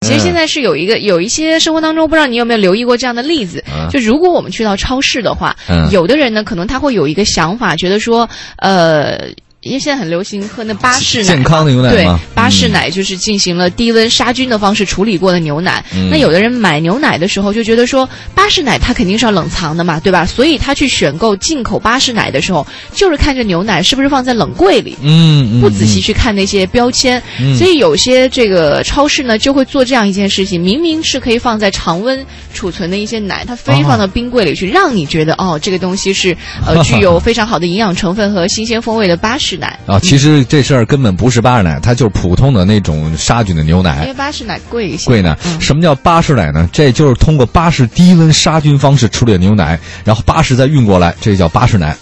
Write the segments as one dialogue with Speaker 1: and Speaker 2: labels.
Speaker 1: 嗯
Speaker 2: 在是有一个有一些生活当中，不知道你有没有留意过这样的例子？
Speaker 1: 嗯
Speaker 2: 就如果我们去到超市的话，
Speaker 1: 嗯
Speaker 2: 有的人呢，可能他会有一个想法，觉得说，呃，因为现在很流行喝那巴氏奶
Speaker 1: 健康的牛奶
Speaker 2: 对
Speaker 1: 吗？，嗯
Speaker 2: 巴氏奶就是进行了低温杀菌的方式处理过的牛奶。
Speaker 1: 嗯
Speaker 2: 那有的人买牛奶的时候就觉得说，巴氏奶它肯定是要冷藏的嘛，对吧？所以他去选购进口巴氏奶的时候，就是看这牛奶是不是放在冷柜里。
Speaker 1: 嗯，嗯，
Speaker 2: 不仔细去看那些标签，
Speaker 1: 嗯
Speaker 2: 所以有些这个超市呢就会做这样一件事情：明明是可以放在常温储存的一些奶，它非嗯
Speaker 1: 啊
Speaker 2: 放到冰柜里去，让你觉得哦，这个东西是呃具有非常好的营养成分和新鲜风味的巴氏奶，
Speaker 1: 嗯啊，其实这事儿根本不是巴氏奶，它就是普通的那种杀菌的牛
Speaker 2: 因
Speaker 1: 奶。
Speaker 2: 为巴氏奶贵一些。
Speaker 1: 哎贵呢？
Speaker 2: 哎嗯
Speaker 1: 什么叫巴氏奶呢？这就是通过巴氏低温杀菌方式处理的牛奶，然后巴氏再运过来，这叫巴氏奶。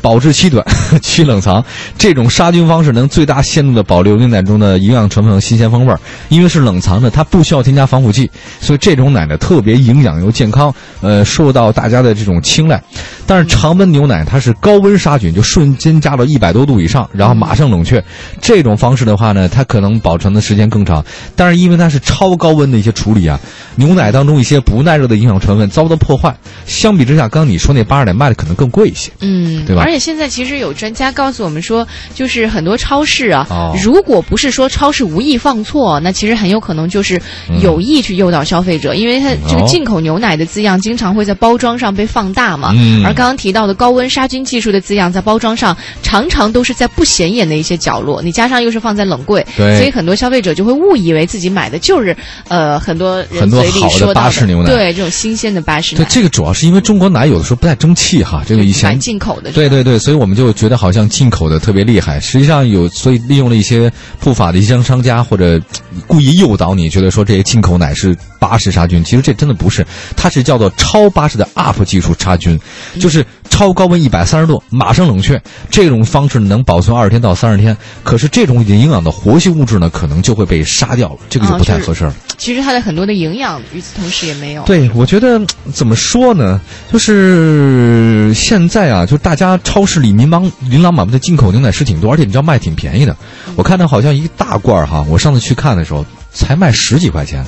Speaker 1: 保质期短， 需冷藏。这种杀菌方式能最大限度地保留牛奶中的营养成分和新鲜风味儿，因为是冷藏的，它不需要添加防腐剂，所以这种奶呢特别营养又健康，呃，受到大家的这种青睐。但是常温牛奶它是高温杀菌，就瞬间加到一百多度以上，然后马上冷却。这种方式的话呢，它可能保存的时间更长，但是因为它是超高温的一些处理啊，牛奶当中一些不耐热的营养成分遭到破坏。相比之下，刚刚你说那巴士奶卖的可能更贵一些。
Speaker 2: 嗯，
Speaker 1: 对吧
Speaker 2: 而且现在其实有专家告诉我们说，就是很多超市啊，
Speaker 1: 哦
Speaker 2: 如果不是说超市无意放错，那其实很有可能就是有意去诱导消费者，因为它这个
Speaker 1: 嗯哦
Speaker 2: 进口牛奶的字样经常会在包装上被放大嘛。
Speaker 1: 嗯
Speaker 2: 而刚刚提到的高温杀菌技术的字样，在包装上常常都是在不显眼的一些角落，你加上又是放在冷柜，
Speaker 1: 对
Speaker 2: 所以很多消费者就会误以为自己买的就是呃很多人
Speaker 1: 很多
Speaker 2: 嘴里
Speaker 1: 好的
Speaker 2: 说到
Speaker 1: 巴氏牛奶
Speaker 2: 对这种新鲜的巴氏
Speaker 1: 对，
Speaker 2: 奶，
Speaker 1: 这个主要是因为中国奶有的时候不太争气哈，这个以
Speaker 2: 买
Speaker 1: 前
Speaker 2: 进口的这
Speaker 1: 对
Speaker 2: 种
Speaker 1: 对对，所以我们就觉得好像进口的特别厉害，实际上有，所以利用了一些不法的一些商家或者嗯故意诱导你，觉得说这些进口奶是巴氏杀菌，其实这真的不是，它是叫做超巴氏的 UP 技术杀菌，就是超高温一百三十度马上冷却，这种方式能保存二十天到三十天，可是这种营养的活性物质呢，可能就会被杀掉了，这个就
Speaker 2: 啊
Speaker 1: 不太
Speaker 2: 是
Speaker 1: 合适了。
Speaker 2: 其实它的很多的营养，与此同时也没有。
Speaker 1: 对，我觉得嗯怎么说呢，就是现在啊，就大家超市里琳琅琳琅满目的进口牛奶是挺多，而且你知道卖挺便宜的。我看到好像一大罐儿哈，我上次去看的时候才卖十几块钱。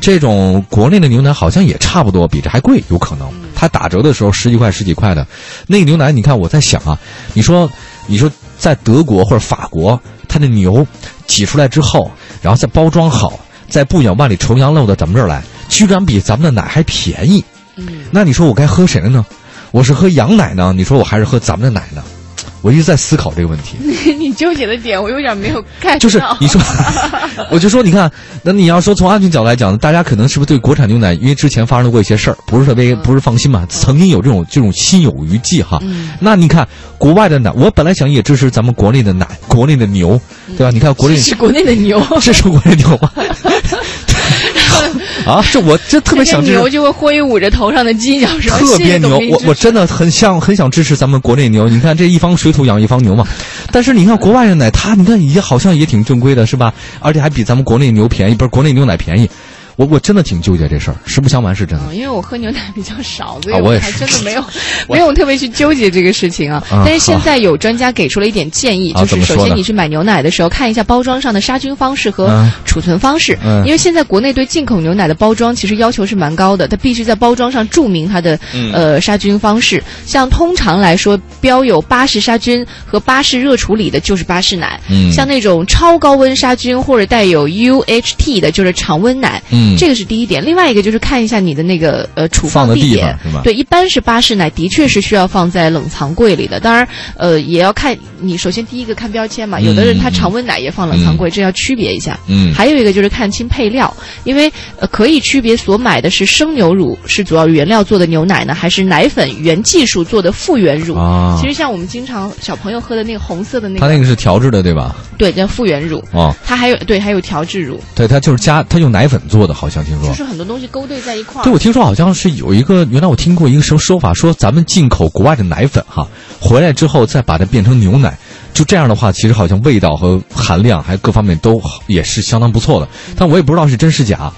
Speaker 1: 这种国内的牛奶好像也差不多，比这还贵，有可能。它打折的时候十几块、十几块的，那个牛奶，你看我在想啊，你说，你说在德国或者法国，它的牛挤出来之后，然后再包装好，在不远万里重洋漏到咱们这儿来，居然比咱们的奶还便宜。
Speaker 2: 嗯，
Speaker 1: 那你说我该喝谁的呢？我是喝羊奶呢？你说我还是喝咱们的奶呢？我一直在思考这个问题。
Speaker 2: 你纠结的点我有点没有 get
Speaker 1: 就是你说， 我就说，你看，那你要说从安全角度来讲，大家可能是不是对国产牛奶，因为之前发生过一些事儿，不是特别不是放心嘛？曾经有这种这种心有余悸哈。
Speaker 2: 嗯
Speaker 1: 那你看国外的奶，我本来想也支持咱们国内的奶，国内的牛，对吧？你看国内
Speaker 2: 是国内的牛，
Speaker 1: 支持国内牛吗？啊，这我这特别想
Speaker 2: 那
Speaker 1: 支
Speaker 2: 些
Speaker 1: 持
Speaker 2: 牛就会挥舞着头上的犄角，说
Speaker 1: 特别
Speaker 2: 谢谢董
Speaker 1: 牛，
Speaker 2: 明
Speaker 1: 我
Speaker 2: 珠
Speaker 1: 我真的很想很想支持咱们国内牛。你看这一方水土养一方牛嘛，但是你看国外的奶，它你看也好像也挺正规的，是吧？而且还比咱们国内牛便宜，不是国内牛奶便宜。我我真的挺纠结这事儿，实不相瞒是真的。
Speaker 2: 嗯，因为我喝牛奶比较少，所以
Speaker 1: 啊我也
Speaker 2: 还
Speaker 1: 是
Speaker 2: 真的没有没有特别去纠结这个事情啊。
Speaker 1: 嗯
Speaker 2: 但是现在有专家给出了一点建议，
Speaker 1: 啊
Speaker 2: 就是
Speaker 1: 怎么说
Speaker 2: 首
Speaker 1: 呢
Speaker 2: 先你去买牛奶的时候，看一下包装上的杀菌方式和
Speaker 1: 嗯
Speaker 2: 储存方式，
Speaker 1: 嗯
Speaker 2: 因为现在国内对进口牛奶的包装其实要求是蛮高的，它必须在包装上注明它的、
Speaker 1: 嗯
Speaker 2: 呃杀菌方式。像通常来说，标有巴氏杀菌和巴氏热处理的就是巴氏奶，
Speaker 1: 嗯
Speaker 2: 像那种超高温杀菌或者带有 UHT 的就是常温奶，
Speaker 1: 嗯
Speaker 2: 这个是第一点，另外一个就是看一下你的那个呃储
Speaker 1: 放的
Speaker 2: 地
Speaker 1: 地
Speaker 2: 点
Speaker 1: 方是啊吧
Speaker 2: 对，一般是巴士奶的确是需要放在冷藏柜里的，当然呃也要看你首先第一个看标签嘛，有的人他
Speaker 1: 嗯
Speaker 2: 常温奶也放冷藏柜，这要区别一下。
Speaker 1: 嗯
Speaker 2: 还有一个就是看清配料，因为呃可以区别所买的是生牛乳是主要原料做的牛奶呢，还是奶粉原技术做的复原乳。
Speaker 1: 啊
Speaker 2: 其，实像我们经常小朋友喝的那个红色的那
Speaker 1: 它
Speaker 2: 个，
Speaker 1: 那个是调制的对吧？
Speaker 2: 对，叫复原乳，
Speaker 1: 哦，
Speaker 2: 它还有对还有调制乳，
Speaker 1: 对，它就是加，它用奶粉做的，好像听
Speaker 2: 就
Speaker 1: 说。
Speaker 2: 是很多东西勾兑在一块儿
Speaker 1: 对，。我听说好像是有一个，原来我听过一个什么说法，说咱们进口国外的奶粉哈，回来之后再把它变成牛奶，就这样的话，其实好像
Speaker 2: 嗯
Speaker 1: 味道和含量还各方面都好也是相当不错的，但我也不知道是真是假。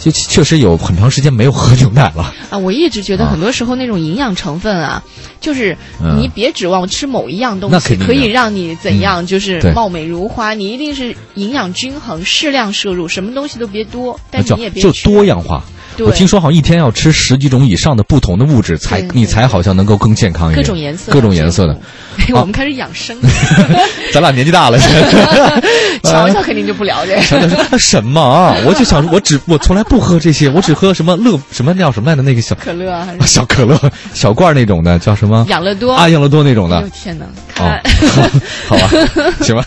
Speaker 1: 就确实有很长时间没有喝牛奶了。
Speaker 2: 啊，我一直觉得
Speaker 1: 啊
Speaker 2: 很多时候那种营养成分啊，就是
Speaker 1: 嗯
Speaker 2: 你别指望吃某一样东
Speaker 1: 那
Speaker 2: 西
Speaker 1: 肯定的嗯
Speaker 2: 可以让你怎样，就是
Speaker 1: 对
Speaker 2: 貌美如花，你一定是营养均衡，适量摄入，什么东西都别多，但
Speaker 1: 啊叫
Speaker 2: 你也别
Speaker 1: 就
Speaker 2: 吃
Speaker 1: 多样化。
Speaker 2: 对
Speaker 1: 我听说好像一天要吃十几种以上的不同的物质，才
Speaker 2: 对对
Speaker 1: 你才好像能够更健康一点。
Speaker 2: 各种颜色，
Speaker 1: 各种颜色的。
Speaker 2: 哎，
Speaker 1: 啊
Speaker 2: 我们开始养生，
Speaker 1: 咱俩年纪大了，
Speaker 2: 乔乔肯定就不聊这个。
Speaker 1: 想想说什么啊？我就想说，我只我从来不喝这些，我只喝什么乐什么叫什么来的那个小
Speaker 2: 可乐啊，还是
Speaker 1: 小可乐小罐儿那种的，叫什么
Speaker 2: 养乐多。
Speaker 1: 啊阿养乐多那种
Speaker 2: 哎
Speaker 1: 的
Speaker 2: 呦。天哪！
Speaker 1: 哦
Speaker 2: 看，，
Speaker 1: 好吧，行吧。